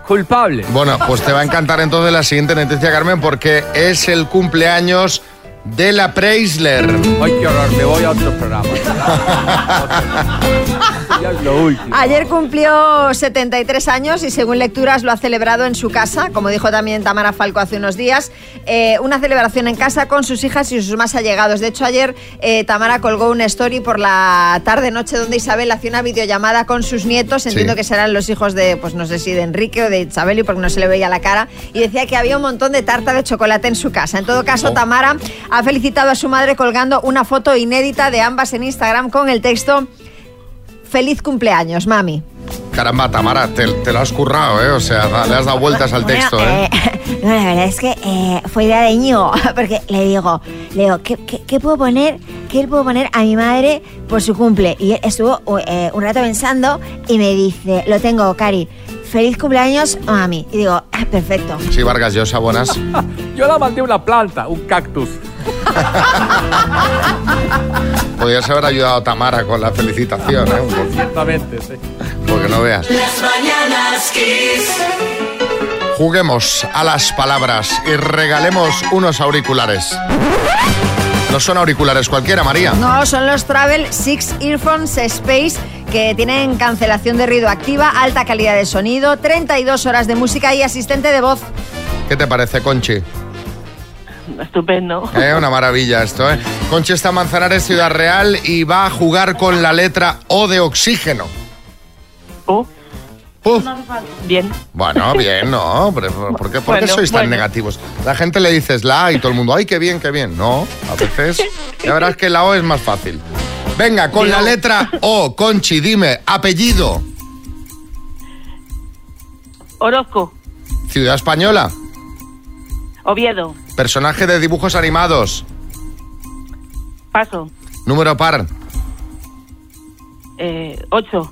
S10: culpables.
S3: Bueno, pues te va a encantar entonces la siguiente noticia, Carmen, porque es el cumpleaños de la Preisler.
S10: Ay, qué horror, me voy a otro programa. Ya es lo último.
S5: Ayer cumplió 73 años y según lecturas lo ha celebrado en su casa, como dijo también Tamara Falco hace unos días, eh, una celebración en casa con sus hijas y sus más allegados. De hecho, ayer eh, Tamara colgó una story por la tarde-noche donde Isabel hacía una videollamada con sus nietos,
S20: Sí.
S5: entiendo que serán los hijos de, pues no sé si de Enrique o de Isabel, y porque no se le veía la cara, y decía que había un montón de tarta de chocolate en su casa. En todo caso, Tamara ha felicitado a su madre colgando una foto inédita de ambas en Instagram con el texto... Feliz cumpleaños, mami.
S3: Caramba, Tamara, te, te lo has currado, ¿eh? O sea, da- le has dado vueltas al
S20: Bueno,
S3: texto, ¿eh?
S20: eh, no, la verdad es que eh, fue idea de Íñigo, [LAUGHS] porque le digo, le digo, ¿qué, qué, qué puedo poner? ¿Qué le puedo poner a mi madre por su cumple? Y él estuvo eh, un rato pensando y me dice, lo tengo, Cari, feliz cumpleaños, mami. Y digo, ah, perfecto.
S3: Sí, Vargas Llosa, buenas.
S10: Yo la mandé una planta, un cactus.
S3: Podrías haber ayudado a Tamara con la felicitación, ¿eh? Un poco,
S10: Ciertamente, sí.
S3: Porque no veas.
S1: Las mañanas kiss.
S3: Juguemos a las palabras y regalemos unos auriculares. No son auriculares cualquiera, María.
S5: No, son los Travel Six Earphones Space que tienen cancelación de ruido activa, alta calidad de sonido, 32 horas de música y asistente de voz.
S3: ¿Qué te parece, Conchi?
S19: Estupendo.
S3: Eh, una maravilla esto, ¿eh? Conchi está en Manzanares, Ciudad Real, y va a jugar con la letra O de oxígeno. Oh.
S19: Bien.
S3: Bueno, bien, ¿no? ¿Por, por- por qué, por qué
S19: Bueno,
S3: sois tan
S19: bueno.
S3: negativos? La gente le dices la A y todo el mundo, ¡ay, qué bien, qué bien! No, a veces ya verás que la O es más fácil. Venga, con la letra O, Conchi, dime, apellido,
S19: Orozco,
S3: ciudad española,
S19: Oviedo,
S3: personaje de dibujos animados,
S19: paso.
S3: número par,
S19: Eh, ocho,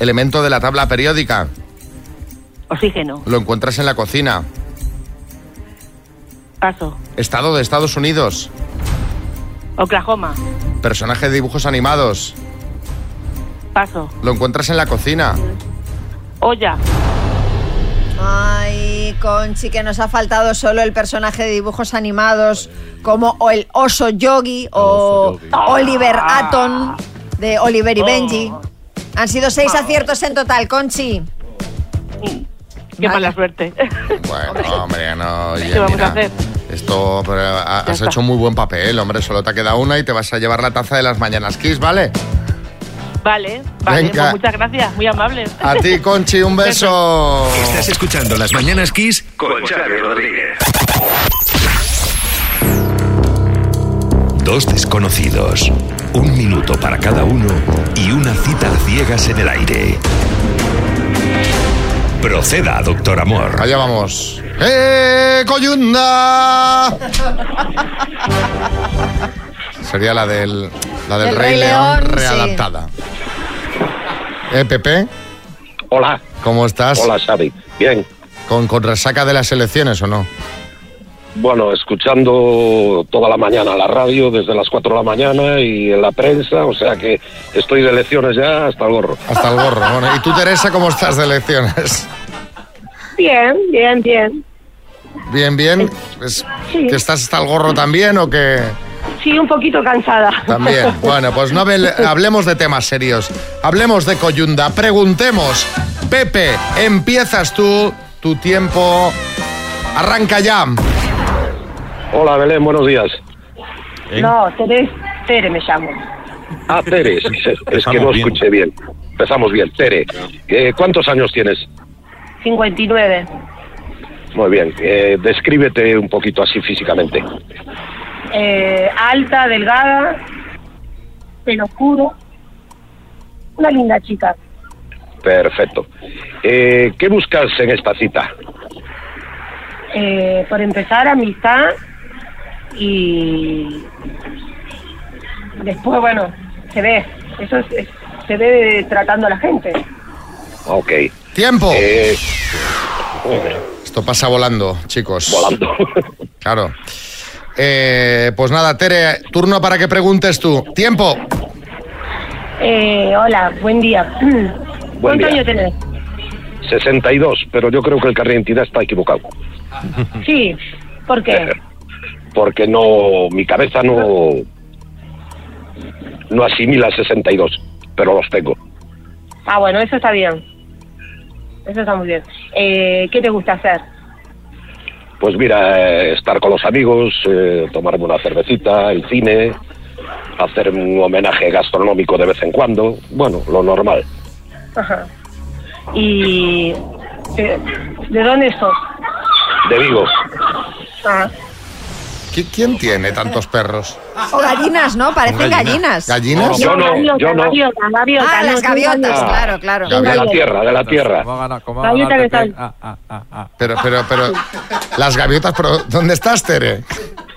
S3: elemento de la tabla periódica,
S19: oxígeno,
S3: lo encuentras en la cocina,
S19: paso.
S3: estado de Estados Unidos,
S19: Oklahoma,
S3: personaje de dibujos animados,
S19: paso.
S3: lo encuentras en la cocina.
S5: Olla. Ay, Conchi, que nos ha faltado solo el personaje de dibujos animados como o el oso yogi o
S19: Ah.
S5: Oliver Atom de Oliver y
S19: Oh.
S5: Benji. Han sido seis aciertos en total, Conchi.
S19: Qué mala suerte.
S3: Bueno, hombre, no. oye,
S19: ¿Qué vamos
S3: mira.
S19: a hacer?
S3: Esto, pero ha- has
S19: está.
S3: hecho muy buen papel, hombre. Solo te ha quedado una y te vas a llevar la taza de las mañanas Kiss, ¿vale?
S19: Vale, vale.
S3: Venga.
S19: pues muchas gracias, muy amables.
S3: A ti, Conchi, un beso.
S2: Estás escuchando Las Mañanas Kiss con Xavi Rodríguez. Dos desconocidos, un minuto para cada uno y una cita a ciegas en el aire. Proceda, doctor amor.
S3: Allá vamos. ¡Eh, coyunda! Sería la del, la del
S1: Del
S3: Rey,
S1: Rey
S3: León,
S1: León, sí.
S3: readaptada. ¿Eh, Pepe?
S21: Hola.
S3: ¿Cómo estás?
S21: Hola, Xavi. Bien.
S3: ¿Con, con resaca de las elecciones o no?
S21: Bueno, escuchando toda la mañana la radio, desde las 4 de la mañana y en la prensa, o sea que estoy de elecciones ya hasta el gorro.
S3: Hasta el gorro. Bueno, ¿y tú, Teresa, cómo estás de elecciones?
S22: Bien, bien, bien.
S3: Bien, bien. Es- ¿Que estás hasta el gorro también o que...?
S22: Sí, un poquito cansada. [LAUGHS]
S19: [LAUGHS]
S3: También. Bueno, pues no habel- hablemos de temas serios. Hablemos de coyunda. Preguntemos. Pepe, empiezas tú. Tu tiempo arranca ya.
S21: Hola, Belén, buenos días.
S22: No, Tere, Tere me llamo.
S21: Ah, Tere, [LAUGHS] es, es que no escuché bien. Empezamos bien. Tere, eh, ¿cuántos años tienes?
S22: 59.
S21: Muy bien. eh, descríbete un poquito así físicamente.
S22: Eh, alta, delgada, pelo oscuro. Una linda chica.
S21: Perfecto. Eh, ¿Qué buscas en esta cita?
S22: Eh, por empezar, amistad. Y después, bueno, se ve. Eso es- es- se ve tratando a la gente.
S21: Ok.
S3: Tiempo. Esto pasa volando, chicos. Volando. [LAUGHS] Claro. Eh, pues nada, Tere, turno para que preguntes tú. Tiempo.
S22: Eh, hola, buen día. [CLEARS THROAT]
S21: Buen
S22: ¿Cuántos
S21: día.
S22: años tenés?
S21: 62, pero yo creo que el carnet de identidad está equivocado. Mm.
S22: Sí, ¿por
S21: Eh,
S22: qué?
S21: Porque no, mi cabeza no, no asimila 62, pero los tengo.
S22: Ah, bueno, eso está bien. Eso está muy bien. Eh, ¿Qué te gusta hacer?
S21: Pues mira, eh, estar con los amigos, eh, tomarme una cervecita, el cine, hacer un homenaje gastronómico de vez en cuando, bueno, lo normal.
S22: Ajá. ¿Y de, de dónde sos?
S21: De Vigo,
S22: Ah,
S3: ¿Qui- ¿Quién tiene tantos perros?
S5: O gallinas, ¿no? Parecen
S3: Gallinas.
S5: gallinas.
S3: ¿Gallinas? Yo no,
S22: gaviota,
S3: yo no.
S22: gaviota, gaviota,
S5: Ah,
S22: no,
S5: las
S22: sí,
S5: gaviotas,
S22: gaviota.
S5: claro, claro.
S21: de la tierra, de la tierra.
S22: Gaviota que tal.
S3: Pero, pero, pero, las gaviotas, pero ¿dónde estás, Tere?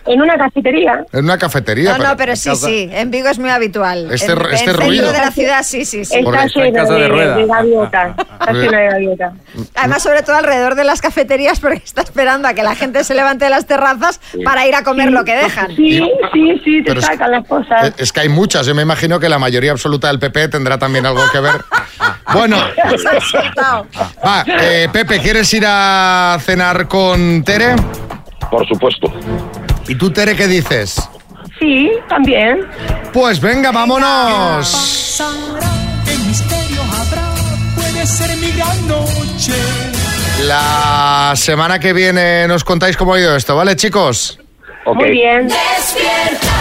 S22: en una cafetería.
S3: En una cafetería.
S5: No, no, pero sí, sí. En Vigo es muy habitual.
S3: Este
S5: en,
S3: ru-
S5: en
S3: este
S5: centro
S3: ruido.
S5: de la ciudad, sí, sí, sí.
S3: Porque está en casa de rueda. [LAUGHS]
S22: gaviotas. Está lleno de gaviotas.
S5: Además, sobre todo alrededor de las cafeterías, porque está esperando a que la gente se levante de las terrazas para ir a comer lo que dejan.
S22: Sí, sí, sí,
S3: te Pero es- sacan
S22: las cosas.
S3: Eh, Es que hay muchas. Yo me imagino que la mayoría absoluta del PP tendrá también algo que ver. Bueno, va, eh, Pepe, ¿quieres ir a cenar con Tere?
S21: Por supuesto.
S3: ¿Y tú, Tere, qué dices?
S22: Sí, también.
S3: Pues venga, vámonos.
S1: ¿Qué misterio habrá? Puede ser mi gran noche.
S3: La semana que viene nos contáis cómo ha ido esto, ¿vale, chicos?
S21: Muy
S22: bien.
S1: Despierta,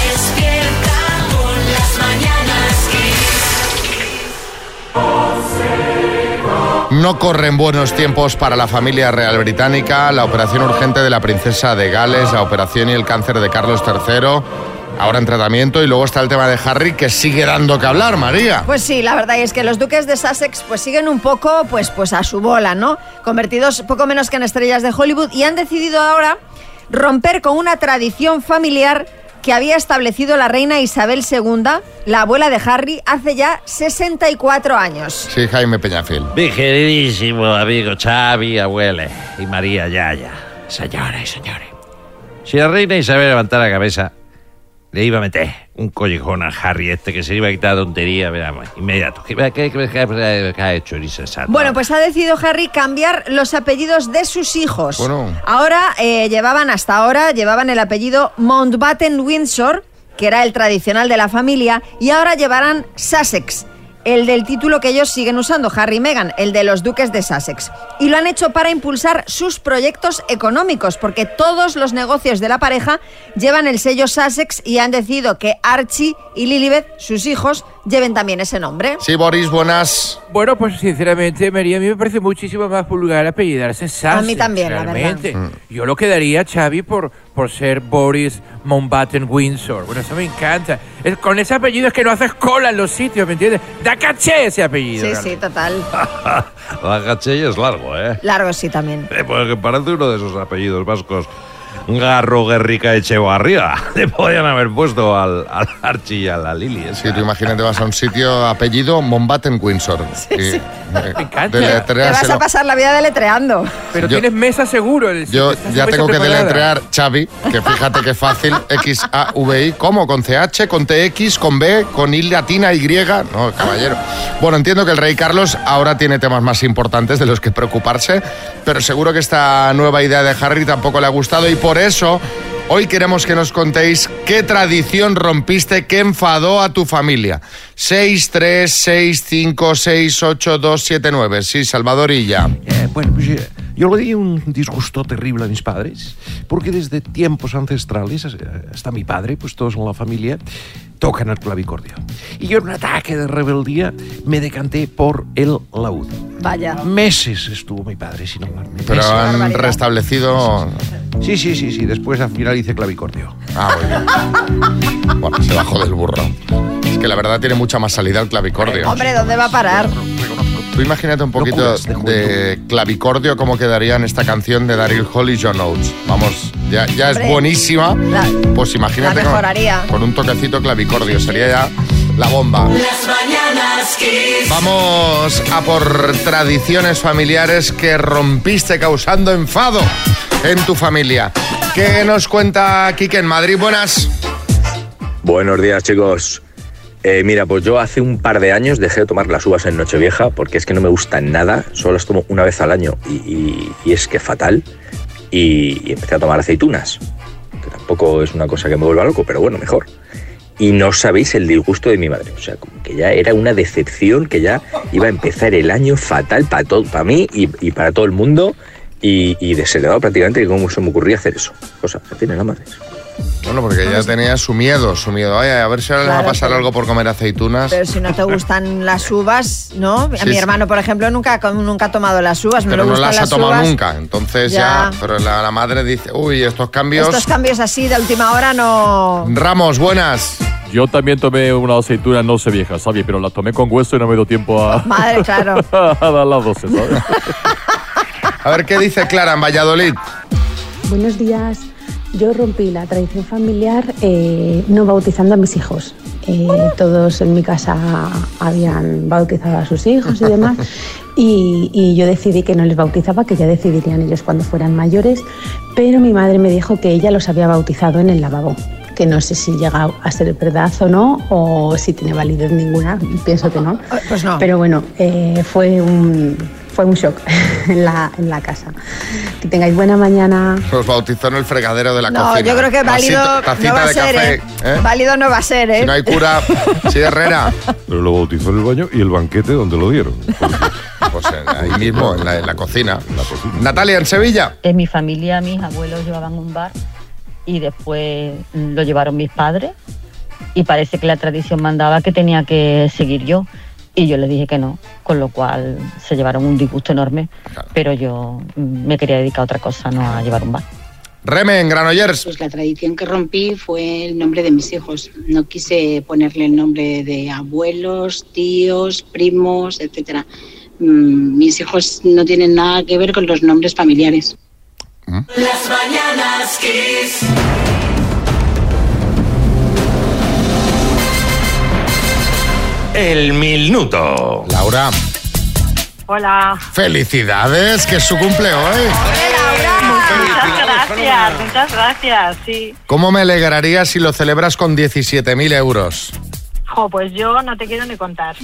S1: despierta con las mañanas
S3: No corren buenos tiempos para la familia real británica, la operación urgente de la princesa de Gales, la operación y el cáncer de Carlos III, ahora en tratamiento, y luego está el tema de Harry que sigue dando que hablar, María.
S5: Pues sí, la verdad es que los duques de Sussex pues siguen un poco pues, pues a su bola, ¿no? Convertidos poco menos que en estrellas de Hollywood y han decidido ahora romper con una tradición familiar que había establecido la reina Isabel II, la abuela de Harry, hace ya 64 años.
S3: Sí, Jaime Peñafil.
S7: Mi queridísimo amigo Xavi, abuele y María Yaya. Señores, señores. Si la reina Isabel levantara la cabeza, le iba a meter un collejón al Harry este que se le iba a quitar la tontería, verá, inmediato. ¿Qué, qué- qué- qué- qué ha hecho el insensato?
S5: Bueno, pues ha decidido Harry cambiar los apellidos de sus hijos.
S7: Bueno.
S5: Ahora eh, llevaban, hasta ahora, llevaban el apellido Mountbatten Windsor, que era el tradicional de la familia, y ahora llevarán Sussex, el del título que ellos siguen usando, Harry y Meghan, el de los duques de Sussex. Y lo han hecho para impulsar sus proyectos económicos, porque todos los negocios de la pareja llevan el sello Sussex y han decidido que Archie y Lilibet, sus hijos, lleven también ese nombre.
S3: [LAUGHS] Sí, Boris, buenas.
S10: Bueno, pues sinceramente, María, a mí me parece muchísimo más vulgar apellidarse Sussex.
S5: A mí también, la verdad.
S10: realmente.
S3: Mm.
S10: Yo lo quedaría, Xavi, por, por ser Boris Mountbatten Windsor. Bueno, eso me encanta. Es- con ese apellido es que no haces cola en los sitios, ¿me entiendes? Da caché ese apellido.
S5: Sí, sí, total.
S7: [LAUGHS] La cachella es largo, ¿eh?
S5: Largo sí también.
S7: Eh, Porque parece uno de esos apellidos vascos. Garro, Guerrica, Echevarría. [LAUGHS] Le podían haber puesto al, al Archie y a la Lili. ¿eh?
S3: Sí, tú imagínate, vas a un sitio apellido Mombaten Windsor. Y, eh,
S10: [LAUGHS]
S5: Te vas a
S3: deletréaselo.
S5: pasar la vida deletreando.
S10: Pero
S3: Yo-
S10: tienes mesa seguro. El
S3: Yo
S10: estás en
S3: ya
S10: mesa
S3: tengo que
S10: preparada.
S3: deletrear Xavi, que fíjate
S10: [LAUGHS]
S3: que fácil, X-A-V-I, ¿cómo? Con CH, con TX, con B, con I latina, Y, no, caballero. Bueno, entiendo que el rey Carlos ahora tiene temas más importantes de los que preocuparse, pero seguro que esta nueva idea de Harry tampoco le ha gustado y por eso hoy queremos que nos contéis qué tradición rompiste que enfadó a tu familia. 636568279. Sí, Salvador y ya.
S4: Eh, bueno, pues eh, yo le di un disgusto terrible a mis padres, porque desde tiempos ancestrales, eh, hasta mi padre, pues todos en la familia, tocan el clavicordio. Y yo en un ataque de rebeldía me decanté por el laúd.
S5: Vaya.
S4: Meses estuvo mi padre sin hablarme.
S3: Pero
S4: Meses.
S3: han restablecido...
S4: Sí, sí, sí, sí. Después al final hice clavicordio.
S3: Ah, muy bien. Bueno, se bajó del burro. Es que la verdad tiene mucha más salida el clavicordio.
S5: Hombre, ¿dónde va a parar?
S3: Tú imagínate un poquito de clavicordio como quedaría en esta canción de Daryl Hall y John Oates. Vamos, ya, ya es
S5: Hombre.
S3: buenísima.
S5: La-
S3: Pues imagínate
S5: la mejoraría.
S3: con, con un toquecito clavicordio, sería ya la bomba.
S1: Las mañanas Kiss.
S3: Vamos a por tradiciones familiares que rompiste causando enfado en tu familia. ¿Qué nos cuenta Kike en Madrid? Buenas.
S9: Buenos días, chicos. Eh, mira, pues yo hace un par de años dejé de tomar las uvas en Nochevieja porque es que no me gustan nada, solo las tomo una vez al año y, y- y es que fatal. Y, y empecé a tomar aceitunas, que tampoco es una cosa que me vuelva loco, pero bueno, mejor. Y no sabéis el disgusto de mi madre, o sea, como que ya era una decepción, que ya iba a empezar el año fatal para todo, para mí y, y para todo el mundo. Y, y desheredado prácticamente, que cómo se me ocurría hacer eso. Cosa que tiene la madre.
S3: Bueno, porque ya tenía su miedo, su miedo. Ay, a ver si ahora le va a
S5: Claro,
S3: pasar
S5: pero-
S3: algo por comer aceitunas.
S5: Pero si no te gustan las uvas, ¿no? A
S3: Sí,
S5: mi
S3: sí.
S5: hermano, por ejemplo, nunca, ha com- nunca ha tomado las uvas. no
S3: Pero
S5: le
S3: no
S5: gustan
S3: las ha tomado
S5: uvas.
S3: nunca. Entonces ya,
S5: Ya.
S3: pero la, la madre dice, uy, estos cambios.
S5: Estos cambios así de última hora no...
S3: Ramos, buenas.
S23: Yo también tomé una aceituna, no sé vieja, ¿sabes? Pero la tomé con hueso y no me dio tiempo a,
S5: Madre, claro.
S23: [LAUGHS] a dar las doce,
S3: [LAUGHS]
S23: ¿sabes?
S3: A ver qué dice Clara en Valladolid.
S24: Buenos días.
S8: Yo rompí la tradición familiar eh, no bautizando a mis hijos. Eh, todos en mi casa habían bautizado a sus hijos y
S5: [LAUGHS]
S8: demás. Y, y yo decidí que no les bautizaba, que ya decidirían ellos cuando fueran mayores. Pero mi madre me dijo que ella los había bautizado en el lavabo. Que no sé si llega a ser verdad o no, o si tiene validez ninguna. Pienso que no.
S5: Pues no.
S8: Pero bueno, eh, fue un. Fue un shock [LAUGHS] en la, en la casa. Que tengáis buena mañana.
S3: Los bautizó en el fregadero de la
S5: No,
S3: cocina.
S5: yo creo que válido
S3: Tacita- tacita
S5: no va a
S3: de
S5: ser,
S3: café,
S5: ¿eh? Válido no va a ser, ¿eh?
S3: Si no hay cura, sí, Herrera.
S6: Pero lo bautizó en el baño y el banquete donde lo dieron.
S3: Pues eh, ahí mismo, en la, en la cocina. Natalia, en Sevilla.
S11: En mi familia mis abuelos llevaban un bar y después mm, lo llevaron mis padres y parece que la tradición mandaba que tenía que seguir yo y yo les dije que no, con lo cual se llevaron un disgusto enorme, pero yo mm, me quería dedicar a otra cosa, no a llevar un bar.
S3: Reme, en Granollers.
S12: Pues la tradición que rompí fue el nombre de mis hijos. No quise ponerle el nombre de abuelos, tíos, primos, etcétera. Mm, Mis hijos no tienen nada que ver con los nombres familiares.
S1: Las mañanas Kiss.
S2: El minuto.
S3: Laura.
S19: Hola.
S3: Felicidades, que es su cumple hoy.
S19: [LAUGHS] Muchas gracias, muchas gracias. Sí.
S3: ¿Cómo me alegraría si lo celebras con 17.000 euros?
S19: Jo, pues yo no te quiero ni contar.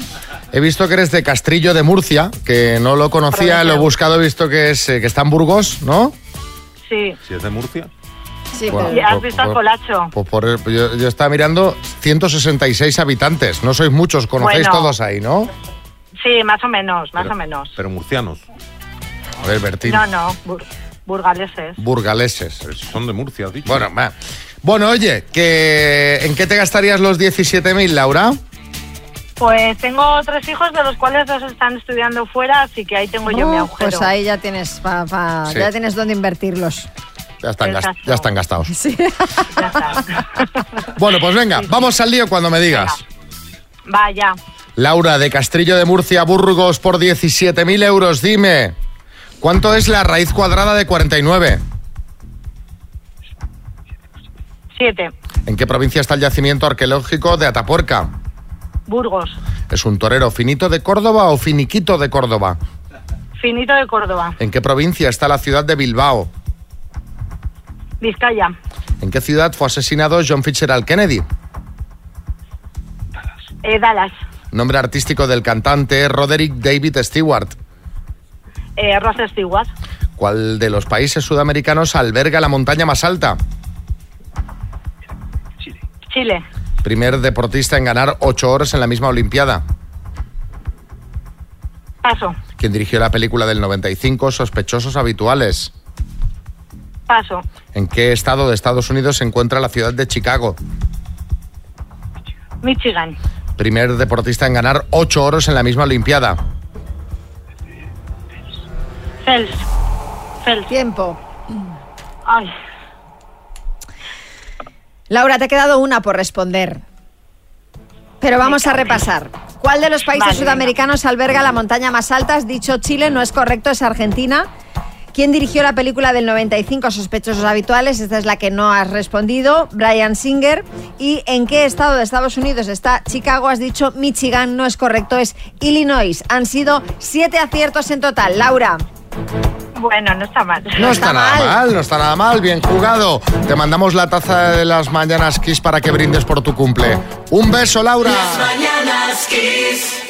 S3: He visto que eres de Castrillo de Murcia, que no lo conocía, lo he buscado, he visto que, es, eh, que está en Burgos, ¿no?
S19: Sí.
S3: Si es de Murcia.
S19: Sí,
S3: Bueno,
S19: y has
S3: por-
S19: visto al
S3: por-
S19: colacho.
S3: Pues por, el- yo, yo estaba mirando 166 habitantes, no sois muchos, conocéis
S19: Bueno.
S3: todos ahí, ¿no?
S19: Sí, más o menos, más o menos.
S3: Pero murcianos. A ver, Bertín.
S19: No, no, bur- burgaleses.
S3: Burgaleses.
S6: Son de Murcia, has dicho.
S3: Bueno, va. Bueno, oye, que, ¿en qué te gastarías los 17.000, Laura?
S19: Pues tengo tres hijos, de los cuales dos están estudiando fuera, así que ahí tengo yo mi
S5: Uh,
S19: agujero.
S5: Pues ahí ya tienes, pa- pa-
S3: Sí.
S5: ya tienes donde invertirlos.
S3: Ya están, gas-
S5: Exacto.
S3: ya están gastados. [LAUGHS] Bueno, pues venga, vamos al lío cuando me digas.
S19: Vaya.
S3: Laura, de Castrillo de Murcia, Burgos, por 17.000 euros, dime, ¿cuánto es la raíz cuadrada de 49?
S19: Siete.
S3: ¿En qué provincia está el yacimiento arqueológico de Atapuerca?
S19: Burgos.
S3: ¿Es un torero finito de Córdoba o finiquito de Córdoba?
S19: Finito de Córdoba.
S3: ¿En qué provincia está la ciudad de Bilbao?
S19: Vizcaya.
S3: ¿En qué ciudad fue asesinado John Fitzgerald Kennedy?
S19: Eh, Dallas.
S3: Nombre artístico del cantante Roderick David Stewart.
S19: Eh, Ross Stewart.
S3: ¿Cuál de los países sudamericanos alberga la montaña más alta?
S19: Chile.
S3: Primer deportista en ganar ocho horas en la misma Olimpiada.
S19: Paso.
S3: quien dirigió la película del 95 Sospechosos Habituales.
S19: Paso.
S3: ¿En qué estado de Estados Unidos se encuentra la ciudad de Chicago?
S19: Michigan.
S3: Primer deportista en ganar ocho oros en la misma Olimpiada.
S19: Fels. Fels.
S5: Tiempo.
S19: Ay,
S5: Laura, te ha quedado una por responder. Pero vamos a repasar. ¿Cuál de los países
S20: Vale, venga.
S5: sudamericanos alberga la montaña más alta? Has dicho Chile, no es correcto, es Argentina. ¿Quién dirigió la película del 95 Sospechosos Habituales? Esta es la que no has respondido. Brian Singer. ¿Y en qué estado de Estados Unidos está Chicago? Has dicho Michigan, no es correcto, es Illinois. Han sido siete aciertos en total. Laura.
S19: bueno, no está mal.
S3: No
S19: [LAUGHS]
S3: está nada mal, no está nada mal, bien jugado. Te mandamos la taza de las mañanas Kiss para que brindes por tu cumple. Un beso, Laura.
S1: Las mañanas Kiss.